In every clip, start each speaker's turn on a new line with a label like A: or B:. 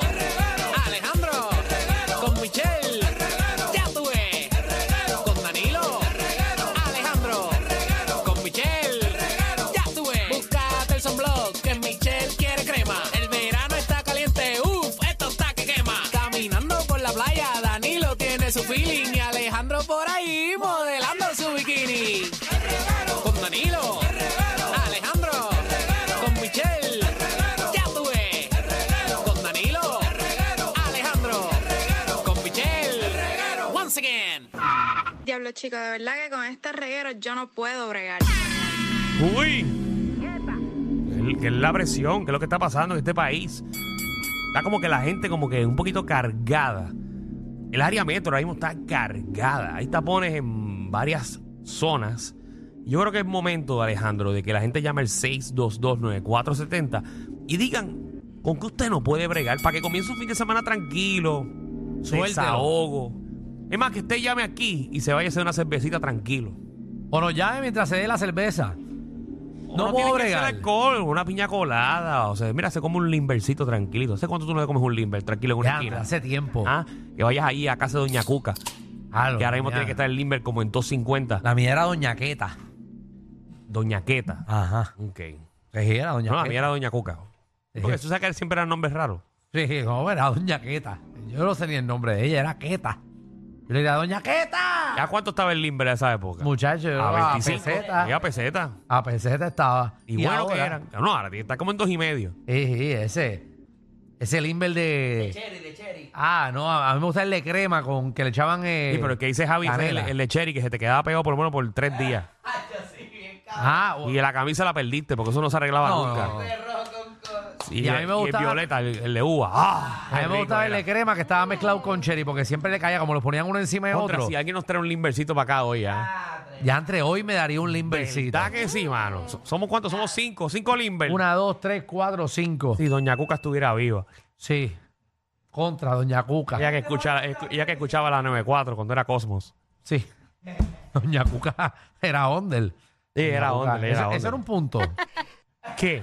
A: Alejandro, con Michelle, ya tuve, con Danilo, Alejandro, con Michelle, ya tuve. Búscate el sunblock que Michelle quiere crema. El verano está caliente, uff, esto está que quema. Caminando por la playa, Danilo tiene su feeling y Alejandro por ahí modelando su bikini. Con Danilo, Alejandro, con Michelle, ya tuve. Con Danilo, Alejandro, con Michelle, once again.
B: Diablo chico, de verdad que con este reguero yo no puedo bregar.
C: Uy. El- Que es la presión, que es lo que está pasando en este país. Está como que la gente como que un poquito cargada. El área metro ahora mismo está cargada. Hay tapones en varias zonas. Yo creo que es momento, Alejandro, de que la gente llame al 6229470 y digan con qué usted no puede bregar para que comience un fin de semana tranquilo,
D: Suéltelo.
C: desahogo. Es más, que usted llame aquí y se vaya a hacer una cervecita tranquilo.
D: O nos llame mientras se dé la cerveza. No
C: Uno tiene
D: puedo
C: que hacer
D: bregar.
C: alcohol, una piña colada. O sea, mira, se come un limbercito tranquilito. ¿Hace cuánto tú no te comes un limber tranquilo en una
D: Ya,
C: esquina?
D: hace tiempo.
C: Ah, Que vayas ahí a casa de Doña Cuca.
D: Ah, lo
C: que ahora mismo
D: mía.
C: tiene que estar el limber como en 250.
D: La mía era Doña Queta.
C: Doña Queta.
D: Ajá.
C: Ok.
D: Sí, era Doña
C: No, la
D: Queta.
C: mía era Doña Cuca. Porque tú sabes que siempre eran nombres raros.
D: Sí, no, era Doña Queta. Yo no sé ni el nombre de ella, era Queta. Yo le decía, Doña Queta.
C: ¿Ya cuánto estaba el limber a esa época?
D: Muchacho, yo
C: A
D: a,
C: 25. Llega
D: peseta.
C: a peseta.
D: A peseta estaba.
C: Y, bueno que
D: ahora-
C: eran. No, ahora está como en dos y medio.
D: Sí, sí, ese. Ese limber de. De cherry, de cherry. Ah, no, a, a mí me gusta el de crema con que le echaban. Eh,
C: Sí, pero el que dice Javi fue el,
D: canela.
C: el de Cherry que se te quedaba pegado por lo menos por tres días.
D: Ah, o-
C: Y la camisa la perdiste porque eso no se arreglaba
D: No,
C: nunca.
D: no, no.
C: Y,
D: Y a
C: el-
D: mí
C: y
D: me
C: el
D: gustaba-
C: violeta, el, el de uva. ¡Ah!
D: A mí
C: Qué
D: me
C: rico
D: gustaba el
C: era.
D: de crema que estaba mezclado con cherry porque siempre le caía, como los ponían uno encima de
C: Contra,
D: otro.
C: si alguien nos trae un limbercito para acá hoy, ¿ah?
D: Ya entre hoy me daría un limbercito.
C: ¿Verdad que sí, mano? So- ¿Somos cuántos? Somos cinco. Cinco limber.
D: Una, dos, tres, cuatro, cinco.
C: Si Doña Cuca estuviera viva.
D: Sí. Contra Doña Cuca.
C: Ella que escuchaba, escu- ella que escuchaba la 94 cuando era Cosmos.
D: Sí. Doña Cuca era Ondel.
C: Sí,
D: Doña
C: era
D: Cuca.
C: Ondel,
D: Ese-
C: era
D: Ese,
C: Ondel.
D: era un punto.
C: ¿Qué?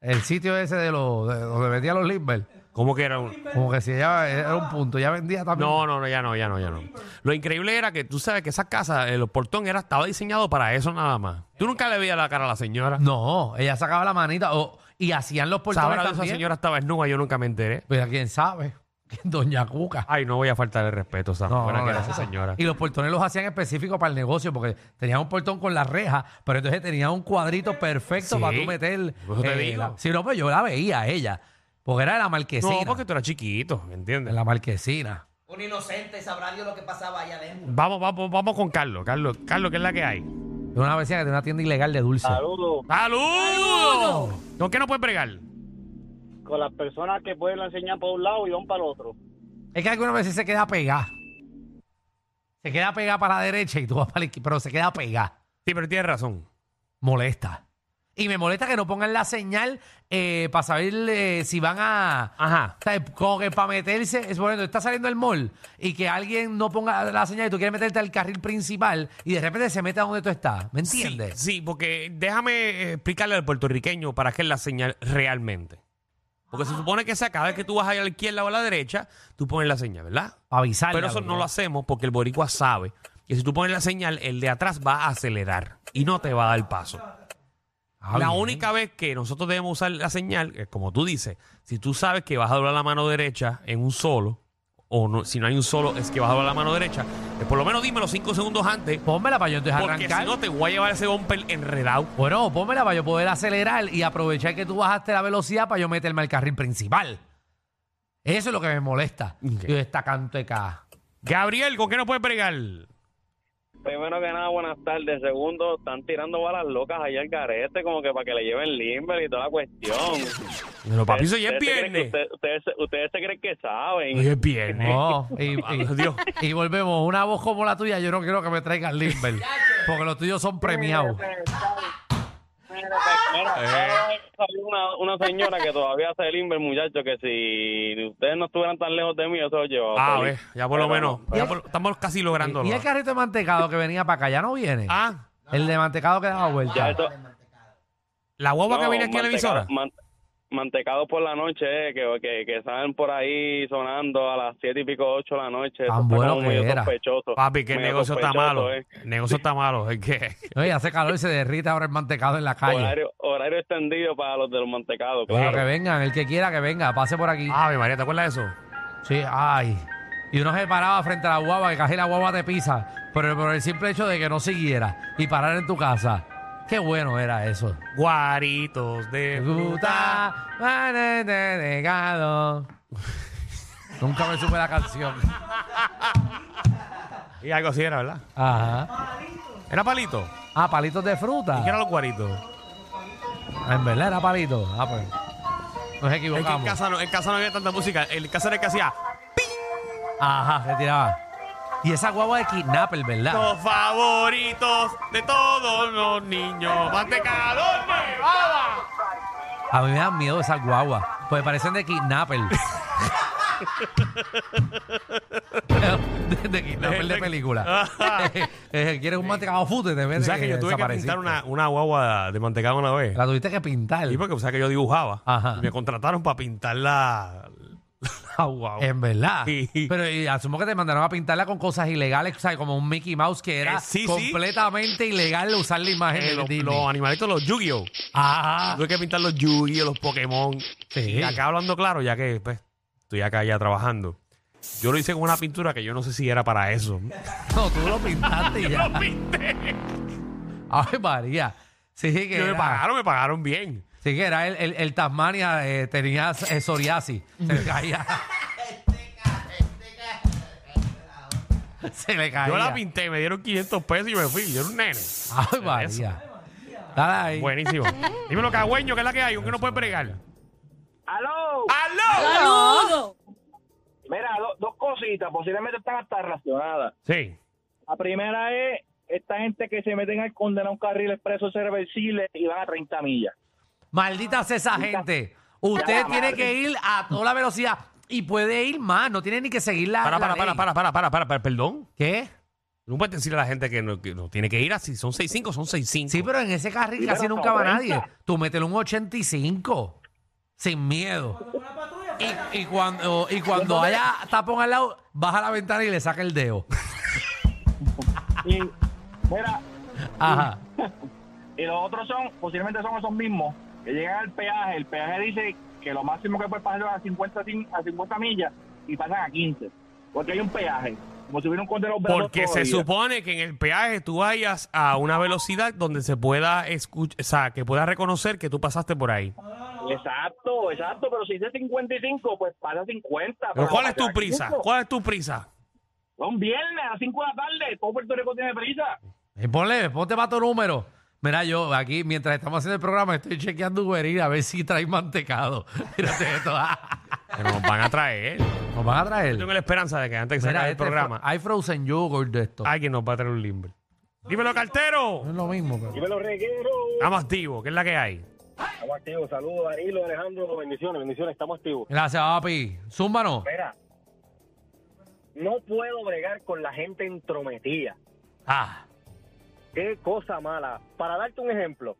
D: El sitio ese de, los, de donde vendía los limber.
C: ¿Cómo que era un.?
D: Como que si ella era un punto, ya vendía también.
C: No, no, no, ya no, ya no, ya no. Lo increíble era que tú sabes que esa casa, el portón era, estaba diseñado para eso nada más. Tú nunca le veías la cara a la señora.
D: No, ella sacaba la manita o- y hacían los portales
C: Sabrá que esa
D: también.
C: señora estaba desnuda, yo nunca me enteré.
D: Pues quién sabe. Doña Cuca.
C: Ay, no voy a faltar el respeto, esa
D: No,
C: buena
D: no,
C: que
D: no.
C: era esa señora.
D: Y los portones los hacían específicos para el negocio, porque tenían un portón con la reja, pero entonces tenía un cuadrito perfecto
C: Sí,
D: para tú meter.
C: por eso te digo.
D: la- si no, pues yo la veía a ella. Porque era de la marquesina.
C: No, porque tú eras chiquito, ¿me
D: De
C: entiendes?
D: la marquesina.
E: Un inocente sabrá Dios lo que pasaba allá adentro.
C: Vamos, vamos, vamos con Carlos. Carlos, Carlos, ¿qué es la que hay?
D: Era una vecina que tenía una tienda ilegal de dulces.
F: Saludos
C: ¡Saludos! ¿Con qué no puedes bregar?
F: con las personas que pueden enseñar para un lado y van para el otro.
D: Es que algunas veces se queda pegada. Se queda pegada para la derecha y tú vas para la izquierda, pero se queda pegada.
C: Sí, pero tienes razón.
D: Molesta. Y me molesta que no pongan la señal eh, para saber eh, si van a,
C: Ajá.
D: O sea, como que para meterse, es bueno, está saliendo el mall y que alguien no ponga la señal y tú quieres meterte al carril principal y de repente se mete a donde tú estás. ¿Me entiendes?
C: Sí, sí, porque déjame eh, explicarle al puertorriqueño para qué es la señal realmente. Porque se supone que sea cada vez que tú vas a ir a la izquierda o a la derecha, tú pones la señal, ¿verdad?
D: Avisar.
C: Pero eso no lo hacemos porque el boricua sabe que si tú pones la señal, el de atrás va a acelerar y no te va a dar paso.
D: Ah,
C: la
D: bien.
C: única vez que nosotros debemos usar la señal, es como tú dices, si tú sabes que vas a doblar la mano derecha en un solo, o no- si no hay un solo, es que vas a doblar la mano derecha, eh, por lo menos dímelo cinco segundos antes,
D: Pónmela para yo entonces
C: porque
D: arrancar.
C: si no te voy a llevar ese bumper enredado.
D: Bueno, pónmela para yo poder acelerar y aprovechar que tú bajaste la velocidad para yo meterme al carril principal. Eso es lo que me molesta.
C: Ok.
D: Yo esta canteca.
C: Gabriel, ¿con qué no puedes bregar?
F: Primero que nada, buenas tardes. Segundo, están tirando balas locas allá al carete, como que para que le lleven limber y toda la cuestión.
C: Pero papi, eso ya es
F: Ustedes se creen que
C: viernes.
F: usted- ustedes, se- ustedes se creen que saben.
C: Hoy es viernes.
F: este,
D: No, Oh, y, y-
C: Dios.
D: y volvemos. Una voz como la tuya, yo no quiero que me traigan Limber. Porque los tuyos son premiados.
F: pues,
C: Eh.
F: Mira, hay una, una señora que todavía hace el Inver, muchacho, que si ustedes no estuvieran tan lejos de mí, yo se los llevaba.
C: Ah,
F: feliz.
C: ve, ya por lo
F: Pero
C: menos.
F: no.
C: ya por- estamos casi lográndolo.
D: Y el carrito de mantecado que venía para acá ya no viene.
C: Ah,
D: El de mantecado que daba
F: Ya
D: vuelta.
F: esto-
C: la guagua que
F: no,
C: viene aquí en la
F: mantecado-
C: emisora.
F: man- mantecado por la noche, eh, que, que, que salen por ahí sonando a las siete y pico, ocho de la
D: Tan
F: noche. Eso está
D: bueno que
F: como medio
D: era.
F: sospechoso.
C: Ah, Papi, que el
F: Medio
C: negocio está
F: sospechoso,
C: malo.
F: eh.
C: El negocio está malo. Es que
D: No, y hace calor y se derrita ahora el mantecado en la calle.
F: Horario, horario extendido para los de los mantecados,
D: Pero
F: claro. Ah.
D: que vengan, el que quiera que venga, pase por aquí.
C: Ave María, ¿te acuerdas de eso?
D: Sí, ay. Y uno se paraba frente a la guagua, que casi la guagua te pisa, pero por el simple hecho de que no siguiera y parar en tu casa. Qué bueno era eso.
C: Guaritos de fruta.
D: Guta, mane, ne, negado. Nunca me supe la canción.
C: Y algo así era, ¿verdad?
D: Ajá.
C: Era palito.
D: Ah, palitos de
C: ¿Y qué
D: fruta.
C: eran los guaritos?
D: Ah, en verdad era palito. Ah, pues. Nos
C: Es que en
D: equivocamos.
C: casa, no, en casa no había tanta música. En casa era el que hacía.
D: Ajá, se tiraba. Y esa guagua de kidnapper, ¿verdad?
C: Los favoritos de todos los niños. Mantecador de baba.
D: A mí me dan miedo esas guaguas, pues parecen de kidnapper. de, de kidnapper de película. Eh, ¿Quieres un mantecado fute? Te
C: Tú
D: metes
C: sabes que yo tuve que
D: desapareciste.
C: pintar una, una guagua de mantecado una vez.
D: La tuviste que pintar.
C: Y porque, o sea, que yo dibujaba.
D: Ajá.
C: Y me contrataron para pintar la, la guagua.
D: En verdad.
C: Sí.
D: Pero y asumo que te mandaron a pintarla con cosas ilegales, o sea, como un Mickey Mouse que era
C: Eh, sí, sí.
D: completamente ilegal usar la imagen
C: Eh,
D: de
C: los,
D: Disney.
C: los animalitos, los Yu-Gi-Oh!
D: Ajá.
C: Tuve que pintar los Yu-Gi-Oh! los Pokémon.
D: Sí.
C: Y acá hablando claro, ya que pues, estoy acá ya trabajando. Yo lo hice con una pintura que yo no sé si era para eso.
D: No, tú lo pintaste y ya. Ay, María. Sí, que
C: Yo me
D: era-
C: pagaron, me pagaron bien.
D: Sí, que era el, el, el Tasmania, eh, tenía eh, psoriasis. Se le caía. se le caía.
C: Yo la pinté, me dieron 500 pesos y me fui. Yo era un nene.
D: Ay, María. Dale ahí.
C: Buenísimo. Dímelo, cagüeño, que es la que hay, aunque no puede bregar.
F: ¡Aló!
C: ¡Aló!
F: Mira, do- dos cositas, posiblemente están hasta relacionadas.
C: Sí.
F: La primera es esta gente que se meten al condenar un carril expreso es reversible y van a 30 millas.
D: Maldita sea esa gente. Usted
F: Ya,
D: tiene
F: madre.
D: que ir a toda la velocidad y puede ir más. No tiene ni que seguir la.
C: Para,
D: la
C: para,
D: ley.
C: para, para, para, para, para, para, perdón.
D: ¿Qué?
C: No puedes decirle a la gente que no, que no tiene que ir así. Son 6-5, son 6-5.
D: Sí, pero en ese carril
F: Sí,
D: casi
F: pero
D: nunca va
F: 90.
D: nadie. Tú métele un 85. Sin miedo. Y, y cuando, y cuando haya tapón al lado, baja la ventana y le saca el dedo.
F: Y, mira,
D: Ajá.
F: y los otros son, posiblemente son esos mismos que llegan al peaje. El peaje dice que lo máximo que puede pasar es a 50, cin- a 50 millas y pasan a 15. Porque hay un peaje. Como si hubiera un condenado
C: Porque se supone que en el peaje tú vayas a una velocidad donde se pueda escuchar, o sea, que pueda reconocer que tú pasaste por ahí.
F: Exacto, exacto. Pero si dice 55, pues pasa 50.
C: Pero
F: pero
C: ¿cuál es tu
F: pasa
C: prisa?
F: 15.
C: ¿Cuál es tu prisa?
F: Son viernes a las 5 de la tarde. Todo Puerto Rico tiene prisa.
D: Y ponle, ponte para tu número. Mira, yo aquí, mientras estamos haciendo el programa, estoy chequeando Uber Eats a ver si trae mantecado. Mírate esto.
C: Que nos van a traer. Yo
D: Nos van a traer.
C: tengo la esperanza de que antes que se
D: Mira,
C: acabe el
D: este fro-
C: programa,
D: Hay frozen yogurt de esto.
C: alguien nos va a traer un limber. Dímelo, cartero.
D: No es lo mismo, pero.
F: Dímelo, reguero.
C: Estamos activos, ¿qué es la que hay?
F: Estamos activos. Saludos, Darilo, Alejandro. Bendiciones, bendiciones. Estamos activos.
D: Gracias, papi. Zúmbano.
F: Mira, no puedo bregar con la gente entrometida.
D: Ah.
F: Qué cosa mala. Para darte un ejemplo,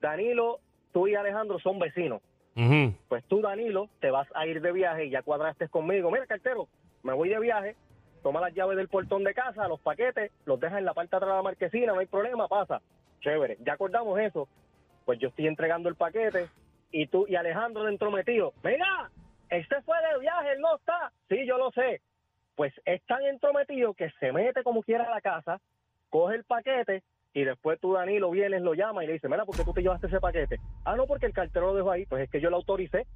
F: Danilo, tú y Alejandro son vecinos.
C: Ujú.
F: Pues tú, Danilo, te vas a ir de viaje y ya cuadraste conmigo. Mira, cartero, me voy de viaje. Toma las llaves del portón de casa, los paquetes, los dejas en la parte de atrás de la marquesina, no hay problema, pasa. Chévere, ya acordamos eso.
G: Pues yo estoy entregando el paquete y tú y Alejandro de entrometido. Mira, este fue de viaje, él no está. Sí, yo lo sé. Pues es tan entrometido que se mete como quiera a la casa, coge el paquete y después tú, Danilo, vienes, lo llama y le dice, mira, ¿por qué tú te llevaste ese paquete? Ah, no, porque el cartero lo dejó ahí. Pues es que yo lo autoricé.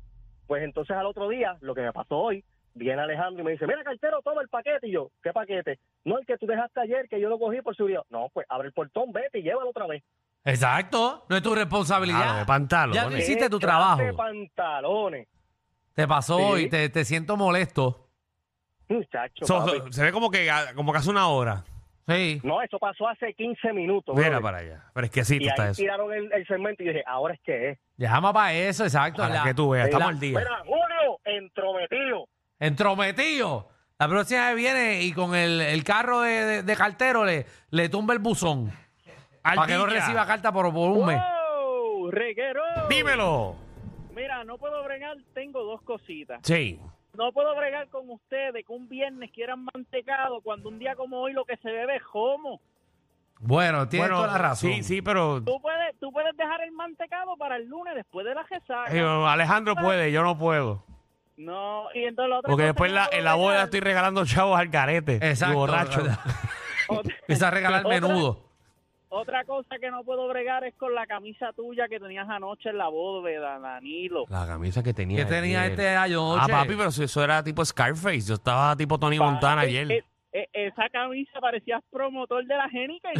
G: Pues entonces al otro día, lo que me pasó hoy, viene Alejandro y me dice, mira, cartero, toma el paquete. Y yo, ¿qué paquete? No, el que tú dejaste ayer, que yo lo cogí por seguridad. No, pues abre el portón, vete y llévalo otra vez.
D: Exacto, no es tu
C: Claro, de
D: responsabilidad.
C: pantalón.
D: Ya tú hiciste tu
G: ¡Qué
D: trabajo.
G: clase de pantalones.
D: Te pasó
G: Sí.
D: hoy, te, te siento molesto.
G: Muchacho,
C: So-
G: papi.
C: so- se ve como que, ah, como que hace una hora.
D: Sí.
G: No, eso pasó hace 15 minutos.
C: Mira
G: brother.
C: para allá. Fresquecito
G: y
C: está
G: ahí
C: eso.
G: tiraron el, el segmento y yo dije, ahora es que es.
D: Llama para eso, exacto.
C: Para
D: la-
C: que tú veas,
D: la-
C: estamos al día.
G: Mira, Julio, entrometido.
D: Entrometido. La próxima vez viene y con el, el carro de, de- de cartero le, le tumba el buzón.
C: Al
D: para que no
C: día.
D: reciba carta por, por un mes.
H: ¡Wow! ¡Reguero!
C: Dímelo.
H: Mira, no puedo bregar, tengo dos cositas.
C: Sí.
H: No puedo bregar con ustedes que un viernes quieran mantecado cuando un día como hoy lo que se bebe es homo.
D: Bueno, tienes
C: Bueno,
D: toda la razón.
C: Sí, sí, pero
H: Tú puedes, tú puedes dejar el mantecado para el lunes después de la resaca.
C: eh, Alejandro puede, yo no puedo.
H: No, y entonces la otra
C: Porque
H: cosa
C: después
H: que
C: la-
H: no puedo
C: en la boda
H: bregar-
C: estoy regalando chavos al carete.
D: Exacto.
C: Borracho.
D: Empieza a regalar
H: Otra-
D: menudo.
H: Otra cosa que no puedo bregar es con la camisa tuya que tenías anoche en la bóveda, Danilo.
C: La camisa que tenía.
D: ¿Qué tenía
C: ayer.
D: este año?
C: Ah, papi, pero si eso era tipo Scarface. Yo estaba tipo Tony Montana
H: Eh,
C: ayer.
H: eh, eh, esa camisa parecías promotor de la génica y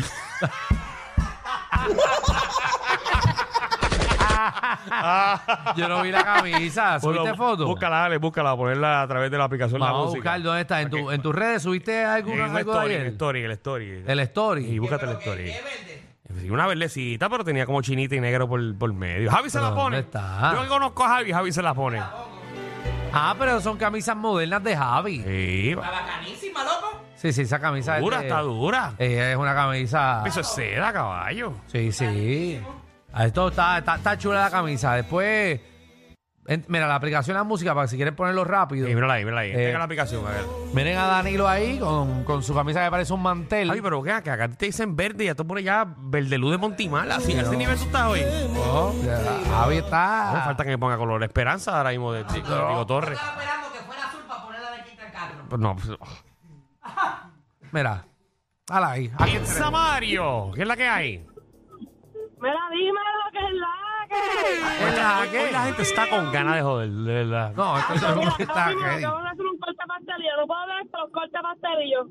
D: Yo no vi la camisa. ¿Subiste
C: Bueno,
D: foto?
C: Búscala, dale, búscala, ponerla a través de la aplicación de la
D: Vamos a
C: música.
D: buscar dónde está. ¿En, tu-
C: Ok.
D: en tus redes subiste
C: En
D: alguna,
C: el
D: algo de
C: story,
D: ayer?
C: el story, el story.
D: El story.
C: Y búscate el story. Eh, Sí, Una verdecita, pero tenía como chinita y negro por, por medio. Javi se
D: Pero
C: la pone.
D: ¿dónde está?
C: Yo que conozco a Javi, Javi se la pone.
D: Ah, pero son camisas modernas de Javi.
C: Sí, va.
E: Bacanísima, loco.
D: Sí, sí, esa camisa es
C: dura,
D: de-
C: está dura.
D: Eh, es una camisa.
C: Eso es seda, caballo.
D: Sí, sí. Ah, Esto está, está, está chula la camisa. Después, en- mira, la aplicación de la música, para que si quieren ponerlo rápido.
C: Sí, mírala ahí, mírala ahí.
D: Eh.
C: Tenga la aplicación. a ver.
D: Miren a Danilo ahí con, con su camisa que parece un mantel.
C: Javi, pero ¿qué? Que acá te dicen verde y ya tú pones ya verde luz de Montimala. Así, a
D: no.
C: ese nivel tú estás hoy. No
D: Oh, ya, Javi está.
C: falta que me ponga color. Esperanza ahora mismo de Tico Torres.
E: Estaba esperando que fuera azul para ponerla de quinta en carro.
C: Pero No, pues, oh.
D: Mira. Hala ahí. Aquí
C: It's a Mario. ¿Qué es la que hay?
H: Mira, dime lo que es la
C: Hoy la, hoy la gente está con ganas de joder. de verdad. Ah,
D: No, esto todo el mundo
H: que.
D: está
H: Mira,
D: ready.
H: acabo de hacer un corte pastelillo. No puedo hablar con los cortes pastelillos.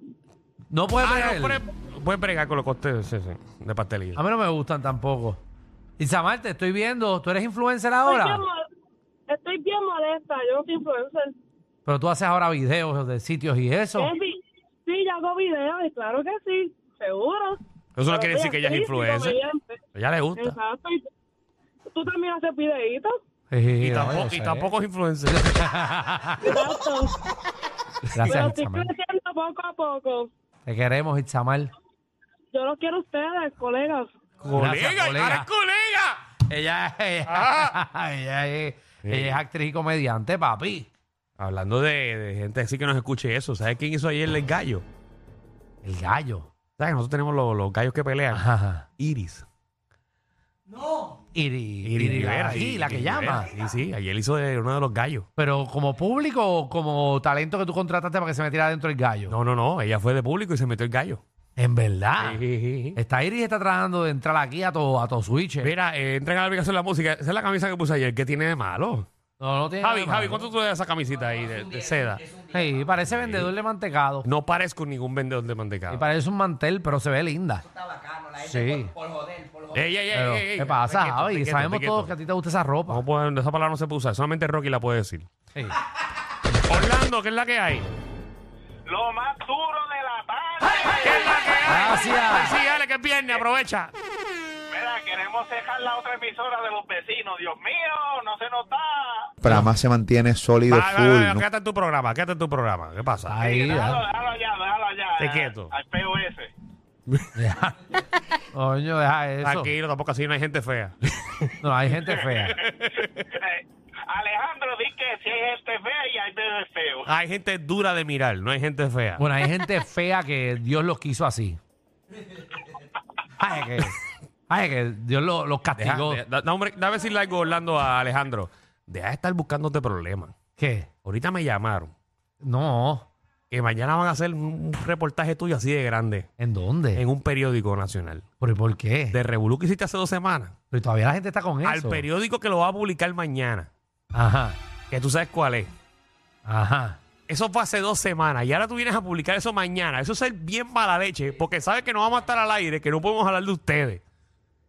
D: No puede
C: Ah,
D: poner.
C: no, puedes, puedes bregar con los costes sí, sí, de pastelillo.
D: A mí no me gustan tampoco. Isamar, te estoy viendo. ¿Tú eres influencer
H: Estoy
D: ahora?
H: bien, mol- estoy bien molesta. Yo no soy influencer.
D: Pero tú haces ahora videos de sitios y eso.
H: Es vi- Sí, yo hago videos y claro que sí. Seguro.
C: Eso no
H: Pero
C: quiere
H: soy
C: decir que ella es
H: actriz y
C: influencer.
H: comediante.
C: A ella le gusta.
H: Exacto. Y Tú también haces videitos.
D: Sí,
C: Y
D: no,
C: tampoco,
D: yo
C: y
D: sé.
C: tampoco es influencer.
H: Exacto. Pero
D: Gracias,
H: estoy
D: Itzamar.
H: creciendo poco a poco.
D: Te queremos, Itzamar.
H: Yo los quiero a ustedes, colegas.
C: ¡Colega!
D: colega.
C: ¡Ahora es colega!
D: Ella, ella-
C: Ah.
D: ella es, ella es actriz y comediante, papi.
C: Hablando de, de gente así que nos escuche eso, ¿sabes quién hizo ayer el gallo?
D: El gallo.
C: ¿Sabes que nosotros tenemos los, los gallos que pelean?
D: Ajá.
C: Iris.
E: No.
D: Iri, Iri,
C: Rivera,
D: sí,
C: Iris
D: la que
C: Rivera.
D: llama.
C: Sí, sí, ayer hizo de uno de los gallos.
D: Pero como público o como talento que tú contrataste para que se metiera dentro el gallo.
C: No, no, no, ella fue de público y se metió el gallo.
D: En verdad.
C: Sí, sí, sí.
D: Esta Iris está tratando de entrar aquí a tu, a tu switch.
C: Mira, eh, entrega la aplicación de la música. Esa es la camisa que puse ayer. ¿Qué tiene de malo?
D: No, no tiene
C: Javi,
D: nada
C: Javi,
D: malo.
C: ¿cuánto tú le das a esa camisita ahí de, de seda?
D: Sí, parece vendedor de mantecado.
C: No parezco ningún vendedor de mantecado.
D: Y parece un mantel, pero se ve linda.
E: Está bacano, la gente
D: Sí.
E: por, por joder, por joder.
C: Ey, ey, ey,
D: Pero,
C: ey, ey,
D: ¿Qué pasa,
C: te quieto, te
D: Javi?
C: quieto,
D: Sabemos
C: te
D: todos que a
C: quieto.
D: ti te gusta esa ropa.
C: No puedo- esa palabra no se puede usar, solamente Rocky la puede decir.
D: Sí.
C: Orlando, ¿qué es la que hay?
F: Lo más duro de la tarde.
C: ¿Qué es la que hay?
D: Gracias.
C: Sí, dale, que es viernes, aprovecha.
F: Mira, queremos dejar la otra emisora de los vecinos. Dios mío, no se nos da.
I: Pero además se mantiene sólido,
C: Va, va,
I: full.
C: va,
I: ¿no?
C: Quédate en tu programa, quédate en tu programa. ¿Qué pasa?
D: Ahí,
F: Déjalo,
D: ya.
F: déjalo allá, déjalo allá.
C: Te
F: eh,
C: quieto.
F: Al POS.
D: Coño, deja eso.
C: Tranquilo, tampoco así no hay gente fea.
D: No, hay gente fea.
F: Eh, Alejandro, di que si hay gente fea y hay bebés feos.
C: Hay gente dura de mirar, no hay gente fea.
D: Bueno, hay gente fea que Dios los quiso así. Ay, que, Ay, que Dios lo- los
C: Deja,
D: castigó.
C: deja- da- da- hombre, dame decirle algo, Orlando, a Alejandro. Deja de estar buscándote problemas.
D: ¿Qué?
C: Ahorita me llamaron
D: No.
C: que mañana van a hacer un un reportaje tuyo así de grande
D: ¿En dónde?
C: en un periódico nacional.
D: ¿Pero y por qué?
C: De Revolú que hiciste hace dos semanas.
D: Pero todavía la gente está con eso.
C: Al periódico que lo va a publicar mañana,
D: Ajá.
C: que tú sabes cuál es.
D: Ajá.
C: Eso fue hace dos semanas y ahora tú vienes a publicar eso mañana. Eso es ser bien mala leche porque sabes que no vamos a estar al aire, que no podemos hablar de ustedes.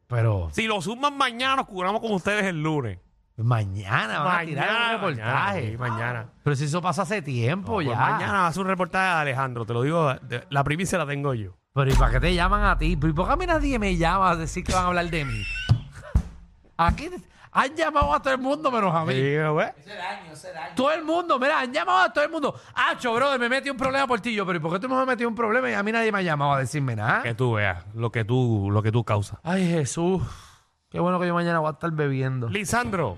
D: Pero
C: Si lo suman mañana, nos curamos con ustedes el lunes.
D: mañana van a tirar
C: Mañana,
D: un reportaje.
C: mañana, sí, mañana.
D: Pero si eso pasa hace tiempo
C: Pues
D: ya.
C: mañana hace un reportaje a Alejandro, te lo digo, de- la primicia la tengo yo.
D: Pero ¿y para qué te llaman a ti? ¿Pero ¿Y por qué a mí nadie me llama a decir que van a hablar de mí? Aquí han llamado a todo el mundo menos a mí.
E: Ese daño, ese daño.
D: Todo el mundo, mira, han llamado a todo el mundo. Acho, brother, me metí un problema por ti. Yo, pero ¿y por qué tú me has metido un problema y a mí nadie me ha llamado a decirme nada?
C: Que tú veas lo que tú, lo que tú causas.
D: Ay, Jesús. Qué bueno que yo mañana voy a estar bebiendo.
C: Lisandro.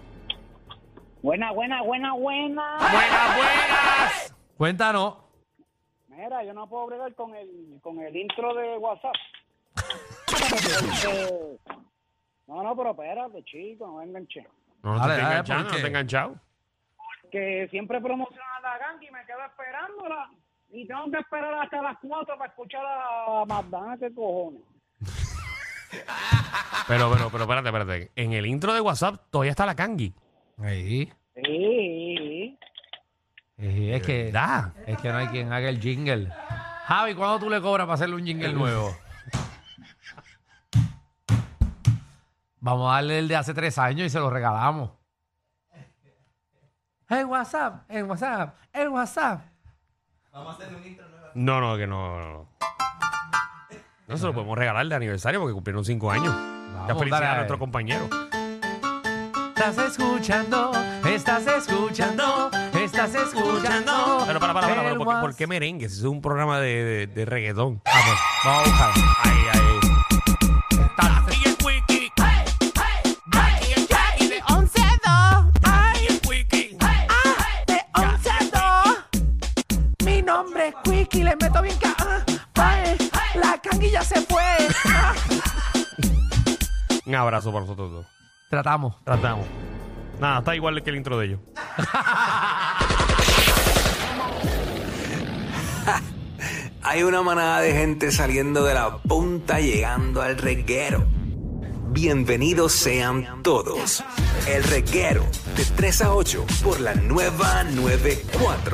H: Buena, buena, buena, buena.
C: Buenas, buenas.
D: Cuéntanos.
H: Mira, yo no puedo bregar con el, con el intro de WhatsApp. Porque- No, no, pero espérate, chico, no me enganché.
C: No,
D: Dale,
C: te
D: dale,
C: enganchado,
D: ¿por
C: no
D: qué?
C: te enganchado.
H: Que siempre promocionan a la gang y me quedo esperándola. Y tengo que esperar hasta las 4 para escuchar a Magdalena, qué cojones.
C: Pero, pero, pero, espérate, espérate. En el intro de WhatsApp todavía está la Kangi.
D: Ahí.
H: Sí.
D: Ahí, Es que,
C: ¿Verdad?
D: es que no hay quien haga el jingle. Javi, ¿cuándo tú le cobras para hacerle un jingle nuevo? Vamos a darle el de hace tres años y se lo regalamos. El WhatsApp, el WhatsApp, el WhatsApp.
C: No, no, que no, no, no. No se lo podemos regalar de aniversario porque cumplieron cinco años. Ya felicidades a
D: dale.
C: nuestro compañero.
D: Estás escuchando, estás escuchando, estás escuchando.
C: Pero para, para, para, para,
D: el
C: ¿por, qué, por qué
D: WhatsApp.
C: merengue? Si es un programa de, de, de reggaetón.
D: Ah, pues, vamos a buscar.
C: Ay, ay. Tati el wiki. Tati el Jackie de 11 a 2. Ay, el wiki.
D: de 11 a 2. E Mi nombre es Quicky, le meto bien ca... ah, pae, la canguilla se fue. Ah.
C: Un abrazo para nosotros dos.
D: Tratamos.
C: Tratamos. Nada, está igual que el intro de ellos.
I: Hay una manada de gente saliendo de la punta llegando al reguero. Bienvenidos sean todos. El reguero de 3 a 8 por la nueva 94.